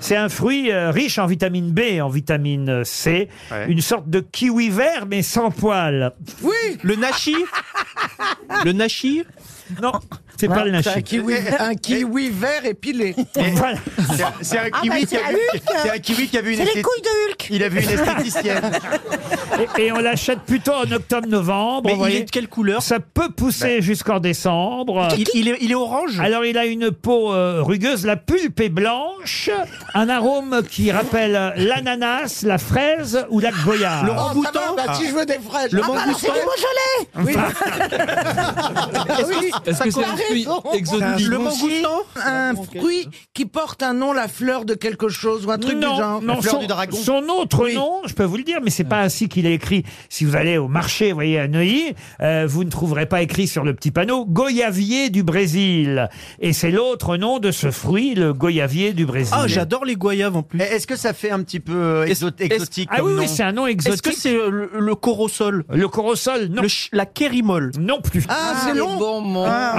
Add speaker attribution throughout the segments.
Speaker 1: C'est un fruit euh, riche en vitamine B, en vitamine C,
Speaker 2: Ouais.
Speaker 1: une sorte de kiwi vert mais sans poils.
Speaker 3: Oui
Speaker 2: Le nashi Le nashi
Speaker 1: Non, c'est pas le
Speaker 3: C'est un
Speaker 1: nashi.
Speaker 2: Eh,
Speaker 3: kiwi, un kiwi vert épilé.
Speaker 1: Voilà.
Speaker 2: C'est un- C'est un,
Speaker 4: Ah,
Speaker 2: kiwi
Speaker 4: bah,
Speaker 2: qui a
Speaker 4: c'est
Speaker 2: vu-
Speaker 4: la Hulk.
Speaker 2: c'est un kiwi qui a vu une
Speaker 4: C'est les
Speaker 2: esthé-
Speaker 4: couilles de Hulk.
Speaker 2: Il a vu une esthéticienne.
Speaker 1: Et, et on l'achète plutôt en octobre-novembre.
Speaker 2: Mais
Speaker 1: vous
Speaker 2: il
Speaker 1: voyez.
Speaker 2: est de quelle couleur
Speaker 1: Ça peut pousser jusqu'en décembre.
Speaker 2: il, il est, il est orange
Speaker 1: Alors il a une peau euh, rugueuse, la pulpe est blanche, un arôme qui rappelle euh, l'ananas, la fraise ou la goyave.
Speaker 2: Le
Speaker 3: Oh, ça va,
Speaker 2: ramboutan
Speaker 3: bah, Si je veux des fraises.
Speaker 2: Le
Speaker 3: Ah, bah,
Speaker 2: mangoustan
Speaker 3: alors,
Speaker 4: Beaujolais
Speaker 3: Oui. oui.
Speaker 5: Est-ce que c'est un fruit exotique
Speaker 2: Le
Speaker 3: aussi
Speaker 2: mangoustan
Speaker 3: un fruit qui porte un nom, la fleur de quelque chose ou un truc
Speaker 1: non,
Speaker 3: du genre.
Speaker 1: non,
Speaker 2: fleur
Speaker 1: son,
Speaker 2: du dragon. Ah.
Speaker 1: son autre
Speaker 3: Oui.
Speaker 1: nom, je peux vous le dire, mais c'est pas ainsi qu'il est écrit. Si vous allez au marché, vous voyez à Neuilly, euh, vous ne trouverez pas écrit sur le petit panneau goyavier du Brésil. Et c'est l'autre nom de ce fruit, le goyavier du Brésil.
Speaker 2: Ah, j'adore les goyaves en plus.
Speaker 6: Est-ce que ça fait un petit peu
Speaker 2: Est-ce-
Speaker 6: exo-
Speaker 2: est-ce-
Speaker 6: exotique
Speaker 1: Ah
Speaker 6: comme
Speaker 1: oui,
Speaker 6: nom
Speaker 1: oui, c'est un nom
Speaker 2: Est-ce que
Speaker 1: exotique.
Speaker 2: c'est euh, le, le corosol
Speaker 1: le corosol, non,
Speaker 2: Le ch- La kérimole
Speaker 1: non plus. Ah,
Speaker 3: Ah, c'est long.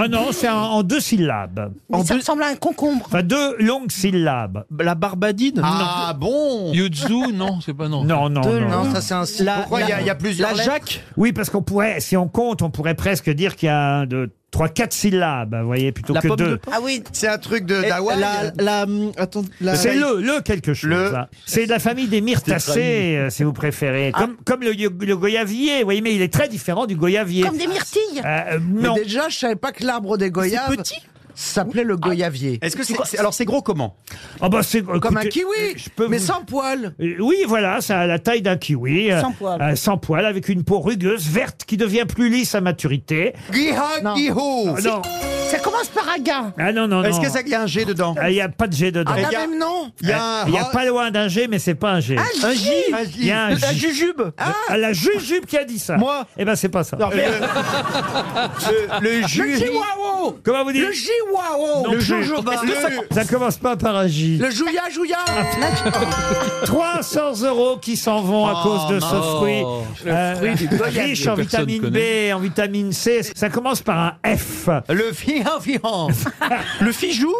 Speaker 1: non, c'est en- en deux syllabes.
Speaker 4: Mais
Speaker 2: En
Speaker 4: Ça
Speaker 2: deux-
Speaker 4: ressemble à un concombre.
Speaker 1: Enfin, deux longues syllabes.
Speaker 2: La barbadine
Speaker 6: Ah bon
Speaker 5: Yuzu, non, c'est pas non.
Speaker 1: Non, non, non.
Speaker 3: Non, ça c'est un.
Speaker 2: La-
Speaker 6: Pourquoi il y a- il y a plusieurs
Speaker 2: La
Speaker 6: lettres
Speaker 2: Jacques
Speaker 1: Oui, parce qu'on pourrait, si on compte, on pourrait presque dire qu'il y a un, deux, trois, quatre syllabes, vous voyez, plutôt
Speaker 2: La
Speaker 1: que
Speaker 2: pomme de
Speaker 1: deux.
Speaker 2: pain
Speaker 4: Ah oui.
Speaker 6: C'est un truc de
Speaker 2: Et
Speaker 6: d'Hawaï
Speaker 2: Eh, La, la, hum, attends,
Speaker 5: Euh,
Speaker 2: la-
Speaker 1: C'est le, le quelque chose.
Speaker 6: Le-
Speaker 1: hein. C'est de la famille des myrtacées, euh, si vous préférez. Comme, comme le, yo- le goyavier, vous voyez, mais il est très différent du goyavier.
Speaker 4: Comme des myrtilles.
Speaker 1: Euh,
Speaker 3: Mais
Speaker 1: non.
Speaker 3: déjà, je savais pas que l'arbre des goyaves
Speaker 2: C'est petit Ah,
Speaker 3: s'appelait le goyavier.
Speaker 6: Est-ce que c'est c'est- alors c'est gros comment
Speaker 1: Ah bah, c'est-
Speaker 3: Comme un
Speaker 1: écoutez,
Speaker 3: kiwi,
Speaker 1: je peux
Speaker 3: mais
Speaker 1: vous-
Speaker 3: sans poils.
Speaker 1: Euh, Oui, voilà, ça a la taille d'un kiwi. euh,
Speaker 4: Sans poils.
Speaker 1: euh, sans poil, avec une peau rugueuse, verte, qui devient plus lisse à maturité.
Speaker 2: Ah,
Speaker 3: Non.
Speaker 6: Giha Giho
Speaker 1: Ah, non,
Speaker 4: Ça commence par un gars.
Speaker 1: ah non, non, non.
Speaker 6: Est-ce que ça il y a un G dedans
Speaker 2: Euh,
Speaker 1: Ah, Il n'y a pas de G dedans. Eh,
Speaker 3: Ah,
Speaker 6: Et
Speaker 3: la
Speaker 6: y a-
Speaker 3: même nom
Speaker 6: Il y a un
Speaker 1: Il n'y a pas loin d'un G, mais c'est pas un G.
Speaker 3: Ah,
Speaker 2: Un J
Speaker 6: un
Speaker 1: Il y a un
Speaker 2: La
Speaker 1: J.
Speaker 2: jujube
Speaker 1: Ah, la jujube qui a dit ça.
Speaker 2: Moi
Speaker 1: Eh ben, c'est pas ça.
Speaker 2: Non, mais-
Speaker 6: euh, le, le
Speaker 3: Le
Speaker 6: jury.
Speaker 3: chihuahua
Speaker 1: Comment vous dites
Speaker 3: Le chihuahua
Speaker 1: Non
Speaker 3: Le
Speaker 1: plus.
Speaker 3: jojoba
Speaker 1: Le- Ça commence pas par un J.
Speaker 3: Le jouya jouya
Speaker 1: 300 euros qui s'en vont à cause de ce
Speaker 5: non.
Speaker 1: fruit. Euh, riche en
Speaker 5: Personne
Speaker 1: vitamine B, en vitamine C. Ça commence par un F.
Speaker 6: Le fihan fihan.
Speaker 2: Le fijou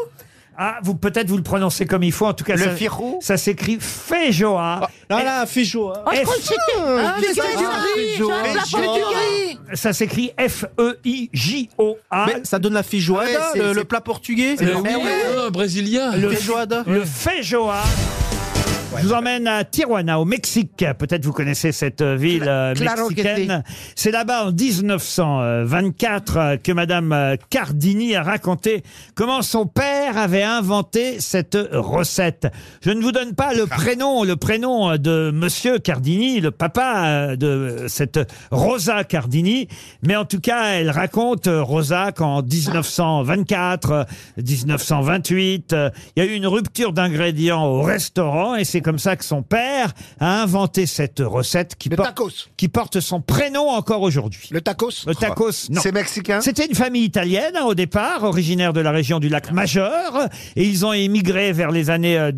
Speaker 1: Ah, vous peut-être vous le prononcez comme il faut. En tout cas,
Speaker 6: Le
Speaker 1: ça,
Speaker 6: firou
Speaker 1: ça s'écrit E Feijoa.
Speaker 2: Là, là, fijou
Speaker 4: Oh, je
Speaker 1: F-
Speaker 4: crois que c'était.
Speaker 3: Ah, mais c'est du riz
Speaker 4: c'est un
Speaker 3: C'est
Speaker 4: plafond.
Speaker 3: du riz
Speaker 1: E, Ça s'écrit E F-E-I-J-O-A.
Speaker 2: Mais ça donne la feijoada,
Speaker 6: Ouais, c'est-
Speaker 2: le,
Speaker 6: c'est-
Speaker 2: le plat portugais.
Speaker 3: Eh
Speaker 5: Le, oui, non, non, brésilien.
Speaker 2: Le feijoada.
Speaker 1: Le Feijoa. Je vous emmène à Tijuana, au Mexique. Peut-être vous connaissez cette euh, ville euh,
Speaker 3: claro que
Speaker 1: mexicaine. C'est là-bas en 1924 euh, que Madame euh, Cardini a raconté comment son père avait inventé cette recette. Je ne vous donne pas le prénom, le prénom euh, de Monsieur Cardini, le papa euh, de euh, cette Rosa Cardini, mais en tout cas, elle raconte euh, Rosa qu'en 1924, euh, 1928, euh, il y a eu une rupture d'ingrédients au restaurant et c'est comme ça que son père a inventé cette recette qui,
Speaker 3: Le
Speaker 1: por-
Speaker 3: tacos.
Speaker 1: qui porte son prénom encore aujourd'hui.
Speaker 3: Le tacos
Speaker 1: Le tacos, non.
Speaker 3: C'est mexicain
Speaker 1: C'était une famille italienne hein, au départ, originaire de la région du lac Majeur, et ils ont émigré vers les années euh,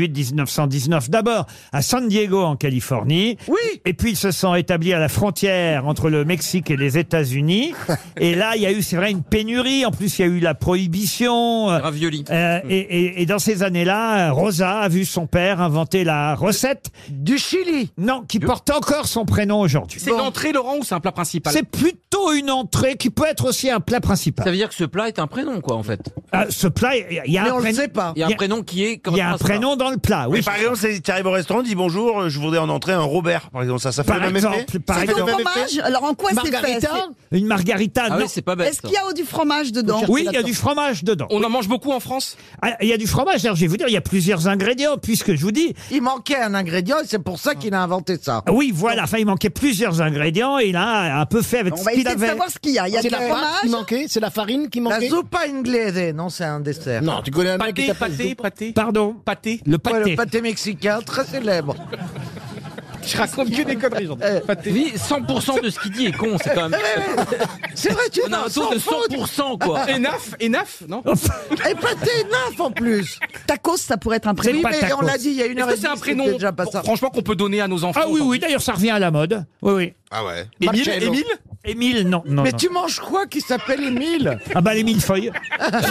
Speaker 1: 1918-1919, d'abord à San Diego en Californie,
Speaker 3: Oui
Speaker 1: et puis ils se sont établis à la frontière entre le Mexique et les États-Unis, et là il y a eu, c'est vrai, une pénurie, en plus il y a eu la prohibition. euh,
Speaker 5: Ravioli.
Speaker 1: euh, et, et- et dans ces années-là, euh, Rosa a vu son père inventer la recette,
Speaker 3: Du Chili
Speaker 1: non, qui porte encore son prénom aujourd'hui.
Speaker 7: C'est l'entrée, Laurent, ou c'est un plat principal
Speaker 1: C'est plutôt une entrée qui peut être aussi un plat principal.
Speaker 7: Ça veut dire que ce plat est un prénom, quoi, en fait.
Speaker 1: Ah, ce plat, il y a- il y a
Speaker 3: Mais
Speaker 1: un
Speaker 3: on le
Speaker 1: prénom.
Speaker 3: sait pas.
Speaker 7: Il y a
Speaker 1: Il
Speaker 7: un
Speaker 1: y a-
Speaker 7: prénom qui est comme
Speaker 1: Il y a un
Speaker 7: plat.
Speaker 1: prénom dans le plat, oui.
Speaker 8: Mais par exemple, si tu arrives au restaurant, dis bonjour, euh, je voudrais en entrer un Robert, par exemple. Ça, ça fait
Speaker 1: Par
Speaker 8: le même effet
Speaker 1: exemple, par
Speaker 8: Ça fait le
Speaker 4: C'est au
Speaker 1: exemple.
Speaker 8: même effet
Speaker 4: fromage. Alors en quoi c'est fait C'est-
Speaker 1: Une margarita,
Speaker 7: Ah
Speaker 1: non.
Speaker 7: oui, c'est pas bête.
Speaker 4: Est-ce qu'il y a du fromage dedans
Speaker 1: oui, il y a du fromage dedans.
Speaker 7: On en mange beaucoup en France
Speaker 1: Ah, Il y a du fromage. D'ailleurs, je vais vous dire, il y a plusieurs ingrédients, puisque je vous dis,
Speaker 3: Il manquait un ingrédient et c'est pour ça qu'il a inventé ça.
Speaker 1: ah oui, voilà. Enfin, il manquait plusieurs ingrédients et il a un peu fait avec
Speaker 4: On
Speaker 1: ce
Speaker 4: va
Speaker 1: qu'il
Speaker 4: essayer de
Speaker 1: avait.
Speaker 4: savoir ce qu'il y a. Il y a du fromage.
Speaker 3: La zuppa inglese, non, c'est un dessert.
Speaker 9: Non, tu connais un mec
Speaker 7: Pâté,
Speaker 9: qui s'appelle
Speaker 7: pâté, pâté.
Speaker 1: Pardon.
Speaker 7: Pâté.
Speaker 1: Le
Speaker 3: Ouais,
Speaker 1: pâté.
Speaker 3: le pâté mexicain, très célèbre.
Speaker 7: Je raconte que des conneries, j'en 100% de ce qu'il dit est con, c'est quand même.
Speaker 3: C'est vrai, tu es
Speaker 7: On a
Speaker 3: dans
Speaker 7: un taux de
Speaker 3: sans faute.
Speaker 7: 100%, quoi. Enaf, Enaf, non
Speaker 3: Et pâté neuf en plus
Speaker 4: Tacos, ça pourrait être
Speaker 1: C'est
Speaker 4: un prénom.
Speaker 3: Oui,
Speaker 1: pas
Speaker 3: mais
Speaker 1: tacos.
Speaker 3: on l'a dit, il y a une
Speaker 7: Est-ce
Speaker 3: heure
Speaker 7: que
Speaker 3: et
Speaker 7: c'est un
Speaker 3: demie,
Speaker 7: prénom,
Speaker 3: c'était déjà pas
Speaker 7: pour-
Speaker 3: ça.
Speaker 7: franchement, qu'on peut donner à nos enfants
Speaker 1: Ah oui, oui.
Speaker 7: aujourd'hui
Speaker 1: D'ailleurs, ça revient à la mode. Oui, oui.
Speaker 8: Ah ouais.
Speaker 7: Émile,
Speaker 3: Marcello.
Speaker 7: Émile
Speaker 1: Émile, non, non.
Speaker 3: Mais
Speaker 1: non.
Speaker 3: tu manges quoi qui s'appelle Émile
Speaker 1: Ah bah les mille feuilles.
Speaker 9: Ah,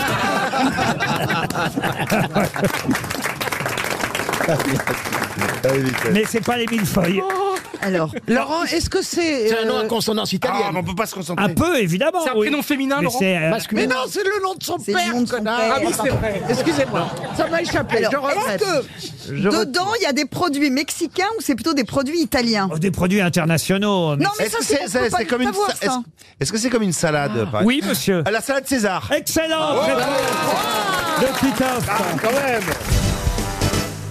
Speaker 1: Mais c'est pas les millefeuilles.
Speaker 4: Alors,
Speaker 3: Laurent, est-ce que c'est.
Speaker 9: C'est un nom
Speaker 3: euh,
Speaker 9: à consonance
Speaker 8: Ah,
Speaker 9: italienne.
Speaker 8: mais on peut pas se concentrer.
Speaker 1: Un peu, évidemment.
Speaker 7: C'est un
Speaker 1: oui.
Speaker 7: prénom féminin,
Speaker 1: Mais
Speaker 7: Laurent
Speaker 1: c'est, euh,
Speaker 9: mais
Speaker 4: masculin.
Speaker 9: non, c'est le nom de son
Speaker 4: C'est le
Speaker 9: père,
Speaker 4: nom de son
Speaker 9: connard.
Speaker 4: père.
Speaker 9: Ah oui, c'est vrai. Excusez-moi, ça m'a échappé.
Speaker 4: Alors,
Speaker 9: je
Speaker 4: est-ce
Speaker 9: regrette.
Speaker 4: que dedans, il y a des produits mexicains ou c'est plutôt des produits italiens
Speaker 1: oh, Des produits internationaux. mais-
Speaker 4: Non, mais
Speaker 8: Est-ce
Speaker 4: ça,
Speaker 8: que
Speaker 4: c'est
Speaker 8: c'est
Speaker 4: on peut
Speaker 8: c'est-
Speaker 4: pas
Speaker 8: c'est
Speaker 4: le
Speaker 8: comme une
Speaker 4: savoir,
Speaker 8: sa-
Speaker 4: ça.
Speaker 8: est-ce- Est-ce que c'est comme une salade
Speaker 9: Ah.
Speaker 8: par
Speaker 1: Oui, monsieur.
Speaker 8: exemple Ah, La salade César.
Speaker 1: Excellent de Titoff.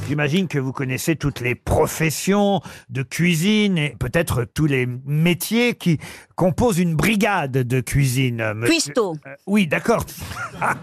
Speaker 1: J'imagine que vous connaissez toutes les professions de cuisine et peut-être tous les métiers qui composent une brigade de cuisine. monsieur.
Speaker 10: Cuistot.
Speaker 1: Euh, oui, d'accord. Ah.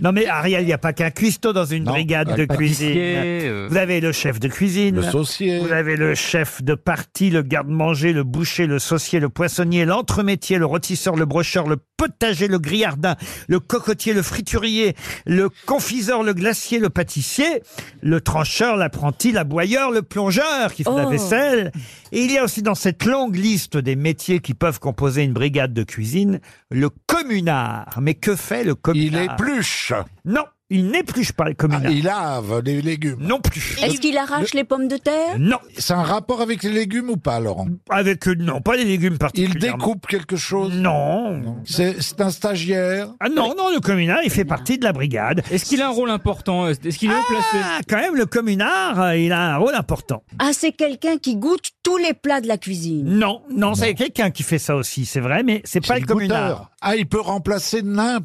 Speaker 1: non mais Ariel, il n'y a pas qu'un cuistot dans une brigade de cuisine.
Speaker 7: euh,
Speaker 1: Vous avez le chef de cuisine.
Speaker 9: saucier.
Speaker 1: Vous avez le chef de partie, le garde-manger, le boucher, le saucier, le poissonnier, l'entremétier, le rôtisseur, le brocheur, le potager, le grillardin, le cocotier, le friturier, le confiseur, le glacier, le pâtissier, le trancheur, l'apprenti, l'aboyeur, le plongeur qui fait la
Speaker 10: Oh.
Speaker 1: vaisselle. Et il y a aussi dans cette longue liste des métiers qui peuvent composer une brigade de cuisine, le communard. Mais que fait le
Speaker 9: Il
Speaker 1: communard
Speaker 9: épluche.
Speaker 1: Non, il n'épluche pas le communard.
Speaker 9: Ah, il lave les légumes.
Speaker 1: Non plus.
Speaker 10: Est-ce qu'il arrache les pommes de terre
Speaker 1: Non,
Speaker 9: C'est un rapport avec les légumes ou pas, Laurent
Speaker 1: avec euh, non, pas les légumes
Speaker 9: Il
Speaker 1: particulièrement.
Speaker 9: découpe quelque chose.
Speaker 1: Non.
Speaker 9: C'est c'est un stagiaire.
Speaker 1: Ah non, non, le communard, il fait partie de la brigade.
Speaker 7: Est-ce qu'il a un rôle important euh, Est-ce qu'il est haut placé
Speaker 1: Ah, quand même, le communard, euh, il a un rôle important.
Speaker 10: Ah, c'est quelqu'un qui goûte tous les plats de la cuisine.
Speaker 1: Non, non, c'est quelqu'un qui fait ça aussi, c'est vrai, mais c'est pas le communard.
Speaker 9: goûteur. Ah, il peut remplacer n'importe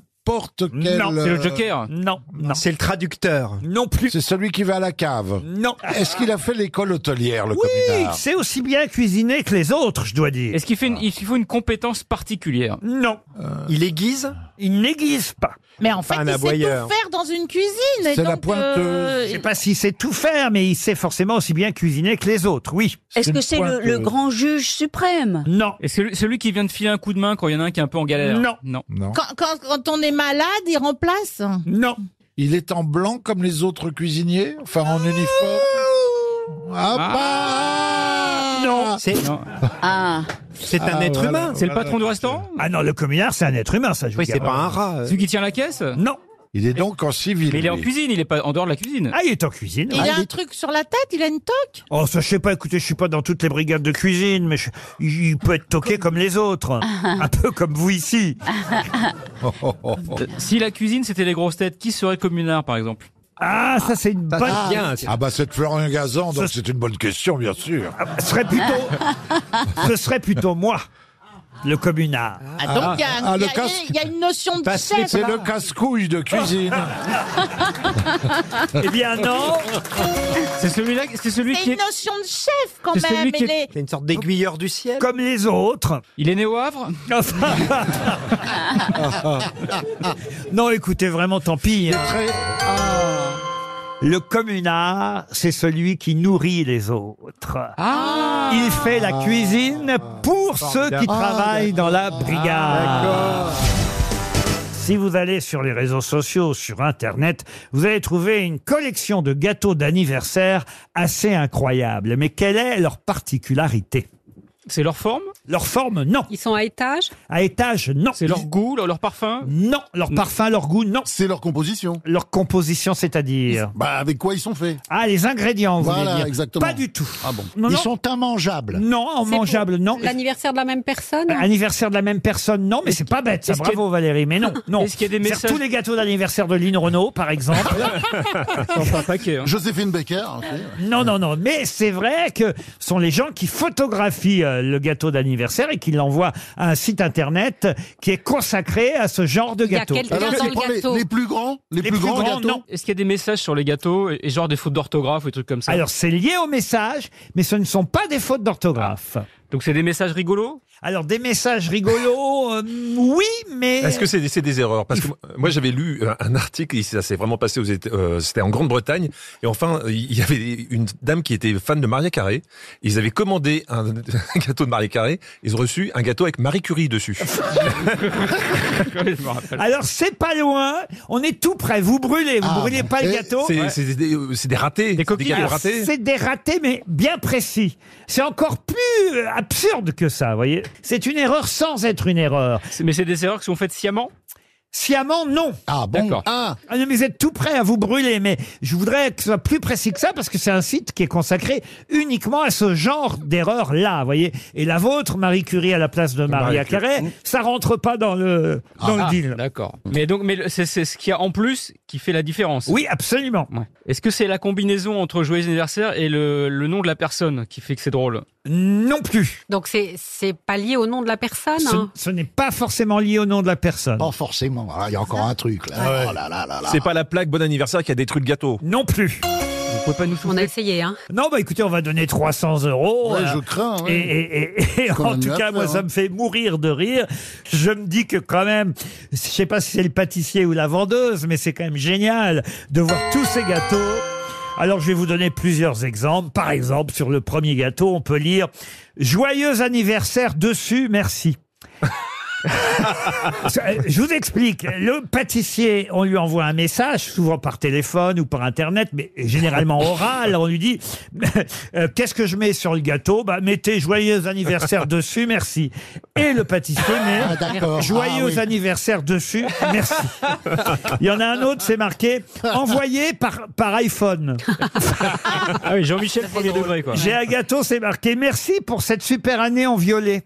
Speaker 9: quel.
Speaker 1: Non, c'est
Speaker 7: C'est le
Speaker 9: euh,
Speaker 7: joker
Speaker 1: Non, non.
Speaker 2: C'est le traducteur.
Speaker 1: Non plus.
Speaker 9: C'est celui qui va à la cave.
Speaker 1: Non.
Speaker 9: Est-ce qu'il a fait l'école hôtelière, le
Speaker 1: Oui,
Speaker 9: communard
Speaker 1: c'est aussi bien cuisiné que les autres, je dois dire.
Speaker 7: Est-ce qu'il fait une- il faut une compétence particulière
Speaker 1: Non,
Speaker 2: Il aiguise
Speaker 1: il n'aiguise pas.
Speaker 11: Mais en fait,
Speaker 2: un
Speaker 11: il sait
Speaker 2: aboyeur.
Speaker 11: tout faire dans une cuisine. et
Speaker 9: C'est la
Speaker 11: donc,
Speaker 9: pointeuse.
Speaker 11: euh,
Speaker 1: Je sais pas s'il sait tout faire, mais il sait forcément aussi bien cuisiner que les autres, oui.
Speaker 10: Est-ce
Speaker 9: une
Speaker 10: que c'est le,
Speaker 9: pointe,
Speaker 10: le
Speaker 9: euh,
Speaker 10: grand juge suprême
Speaker 1: Non,
Speaker 7: Est-ce que le- celui qui vient de filer un coup de main quand il y en a un qui est un peu en galère
Speaker 1: Non.
Speaker 7: Non.
Speaker 9: Non.
Speaker 11: Quand, quand, quand on est malade, il remplace.
Speaker 1: non.
Speaker 9: Il est en blanc comme les autres cuisiniers, enfin en uniforme.
Speaker 7: Ah.
Speaker 9: Ah, bah
Speaker 1: Non.
Speaker 2: C'est
Speaker 7: Non.
Speaker 10: Ah,
Speaker 2: c'est un
Speaker 9: Ah,
Speaker 2: être
Speaker 9: voilà.
Speaker 2: humain.
Speaker 7: C'est le patron du restaurant
Speaker 1: Ah non, le communard, c'est un être humain, ça, je vous
Speaker 2: Oui, c'est
Speaker 1: garantis.
Speaker 2: pas un rat.
Speaker 7: Celui qui tient la caisse
Speaker 1: Non.
Speaker 9: Il est donc en civil.
Speaker 7: Mais il est en
Speaker 9: lui.
Speaker 7: cuisine, il est pas en dehors de la cuisine.
Speaker 1: Ah, il est en cuisine.
Speaker 11: Il a un truc sur la tête, il a une toque.
Speaker 1: Oh, ça, je sais pas, écoutez, je suis pas dans toutes les brigades de cuisine, mais je- il peut être toqué comme les autres. Un peu comme vous ici.
Speaker 7: Si la cuisine c'était les grosses têtes, qui serait communard par exemple
Speaker 1: Ah, ça, c'est une bonne.
Speaker 2: Bien.
Speaker 9: Ah bah c'est de Florian Gazan, donc
Speaker 1: Ce-
Speaker 9: c'est une bonne question, bien sûr.
Speaker 1: Ah, Ce serait plutôt. Ce serait plutôt moi, le communard.
Speaker 11: Ah, donc, il y a-
Speaker 9: ah,
Speaker 11: il y,
Speaker 9: le
Speaker 11: a-
Speaker 9: casque.
Speaker 11: il y a une notion de
Speaker 2: Passe les
Speaker 11: chef.
Speaker 9: C'est le casse-couille de cuisine.
Speaker 1: Eh bien, non.
Speaker 7: C'est celui-là, c'est celui
Speaker 11: C'est
Speaker 7: qui
Speaker 11: une
Speaker 7: est.
Speaker 11: notion de chef quand
Speaker 7: C'est celui
Speaker 11: même.
Speaker 7: qui est-
Speaker 11: il est-
Speaker 2: C'est une sorte d'aiguilleur du ciel.
Speaker 1: Comme les autres.
Speaker 7: Il est né au Havre
Speaker 1: Enfin, non, écoutez, vraiment, tant pis. hein.
Speaker 9: Très-
Speaker 1: Le communard, c'est celui qui nourrit les autres.
Speaker 7: Ah
Speaker 1: Il fait la cuisine pour ceux qui travaillent dans la brigade. Si vous allez sur les réseaux sociaux, sur Internet, vous allez trouver une collection de gâteaux d'anniversaire assez incroyable. Mais quelle est leur particularité
Speaker 7: C'est leur forme
Speaker 1: Leur forme, non.
Speaker 10: ils sont à étage
Speaker 1: À étage, non.
Speaker 7: C'est leur goût, leur, leur parfum
Speaker 1: Non. Leur parfum, leur goût, non.
Speaker 9: C'est leur composition.
Speaker 1: Leur composition, c'est-à-dire
Speaker 9: Bah avec quoi ils sont faits
Speaker 1: Ah, les ingrédients, vous
Speaker 9: Voilà,
Speaker 1: voulez dire.
Speaker 9: exactement.
Speaker 1: Pas du tout.
Speaker 7: Ah bon.
Speaker 1: Non,
Speaker 9: Ils
Speaker 1: non.
Speaker 9: sont
Speaker 2: bah.
Speaker 9: immangeables.
Speaker 1: Non, en mangeable, non.
Speaker 10: L'anniversaire de la même personne
Speaker 1: Euh, Anniversaire de la même personne, non, mais c'est pas bête, ça.
Speaker 7: est-ce qu'il y a-
Speaker 1: Bravo Valérie, mais non, non.
Speaker 7: Est-ce qu'il y a des
Speaker 1: C'est-à-dire
Speaker 7: messages- Ah,
Speaker 1: Tous les gâteaux d'anniversaire de Lynn Renault, par exemple.
Speaker 7: Enfin, un paquet. hein.
Speaker 9: Joséphine Baker.
Speaker 1: non, non, non. Mais c'est vrai que ce sont les gens qui photographient euh, le gâteau d'anniversaire et qui l'envoient à un site internet qui est consacré à ce genre de gâteau.
Speaker 9: Ah plus grands,
Speaker 1: Les plus grands, non.
Speaker 7: Est-ce qu'il y a des messages sur les gâteaux et, et genre des fautes d'orthographe ou des trucs comme ça
Speaker 1: Alors c'est lié au message, mais ce ne sont pas des fautes d'orthographe.
Speaker 7: Donc c'est des messages rigolos
Speaker 1: Alors des messages rigolos, euh, oui, mais
Speaker 12: Est-ce que c'est des, c'est des erreurs Parce que moi, moi, j'avais lu euh, un- un article, et ça s'est vraiment passé aux Éta- euh, c'était en Grande-Bretagne, et enfin il y avait une dame qui était fan de Maria Carré. Ils avaient commandé un, un gâteau de Maria Carré, ils ont reçu un gâteau
Speaker 6: Ah.
Speaker 12: avec Marie Curie dessus.
Speaker 7: Je me rappelle.
Speaker 1: alors c'est pas loin. On est tout près. Vous brûlez, vous brûlez pas le
Speaker 9: et
Speaker 1: gâteau.
Speaker 12: Ah, C'est c'est des, euh, c'est des ratés, des,
Speaker 7: coquilles.
Speaker 12: gâteaux
Speaker 1: Alors,
Speaker 12: ratés.
Speaker 1: C'est des ratés, mais bien précis. C'est encore plus euh, absurde que ça, vous voyez. C'est une erreur sans être une erreur.
Speaker 7: Mais c'est des erreurs qui sont faites sciemment
Speaker 1: Sciemment, non.
Speaker 9: Ah bon
Speaker 1: ah. non, mais vous êtes tout prêt à vous brûler, mais je voudrais que ce soit plus précis que ça parce que c'est un site qui est consacré uniquement à ce genre d'erreur-là, vous voyez. Et la vôtre, Marie Curie à la place de Maria
Speaker 7: Curie.
Speaker 1: Carré, ça rentre pas dans le dans le
Speaker 7: Ah,
Speaker 1: deal.
Speaker 7: D'accord. Mais donc, mais le- c'est c'est ce qu'il y a en plus qui fait la différence.
Speaker 1: Oui, absolument.
Speaker 7: Est-ce que c'est la combinaison entre joyeux anniversaire et le, le nom de la personne qui fait que c'est drôle
Speaker 1: Non plus.
Speaker 10: Donc c'est c'est pas lié au nom de la personne.
Speaker 1: Ce,
Speaker 10: hein.
Speaker 1: ce n'est pas forcément lié au nom de la personne.
Speaker 9: Pas forcément. Ah, Il y a encore un truc là. Oh là là là là.
Speaker 12: C'est pas la plaque bon anniversaire qui a détruit le gâteau.
Speaker 1: Non plus.
Speaker 12: Vous pouvez pas nous
Speaker 10: On a essayé. Hein.
Speaker 1: Non, bah écoutez, on va donner 300 euros.
Speaker 9: Ouais,
Speaker 1: euh,
Speaker 9: je crains, hein. ouais.
Speaker 1: Et, et- et- et
Speaker 9: Quand
Speaker 1: en
Speaker 9: même
Speaker 1: tout
Speaker 9: la
Speaker 1: cas, moi,
Speaker 9: peur,
Speaker 1: ça
Speaker 9: hein.
Speaker 1: me fait mourir de rire. Je me dis que quand même, je sais pas si c'est le pâtissier ou la vendeuse, mais c'est quand même génial de voir tous ces gâteaux. Alors, je vais vous donner plusieurs exemples. Par exemple, sur le premier gâteau, on peut lire Joyeux anniversaire dessus, merci. Ça, euh, Je vous explique. Le pâtissier, on lui envoie un message, souvent par téléphone ou par internet, mais généralement oral. On lui dit euh, Qu'est-ce que je mets sur le gâteau Bah, mettez joyeux anniversaire dessus, merci. Et le pâtissier met
Speaker 9: Ah, d'accord.
Speaker 1: joyeux
Speaker 9: Ah, oui.
Speaker 1: anniversaire dessus, merci. Il y en a un autre, c'est marqué envoyé par, par iPhone.
Speaker 7: Ah oui, Jean-Michel premier degré quoi.
Speaker 1: J'ai un gâteau, c'est marqué merci pour cette super année en violet.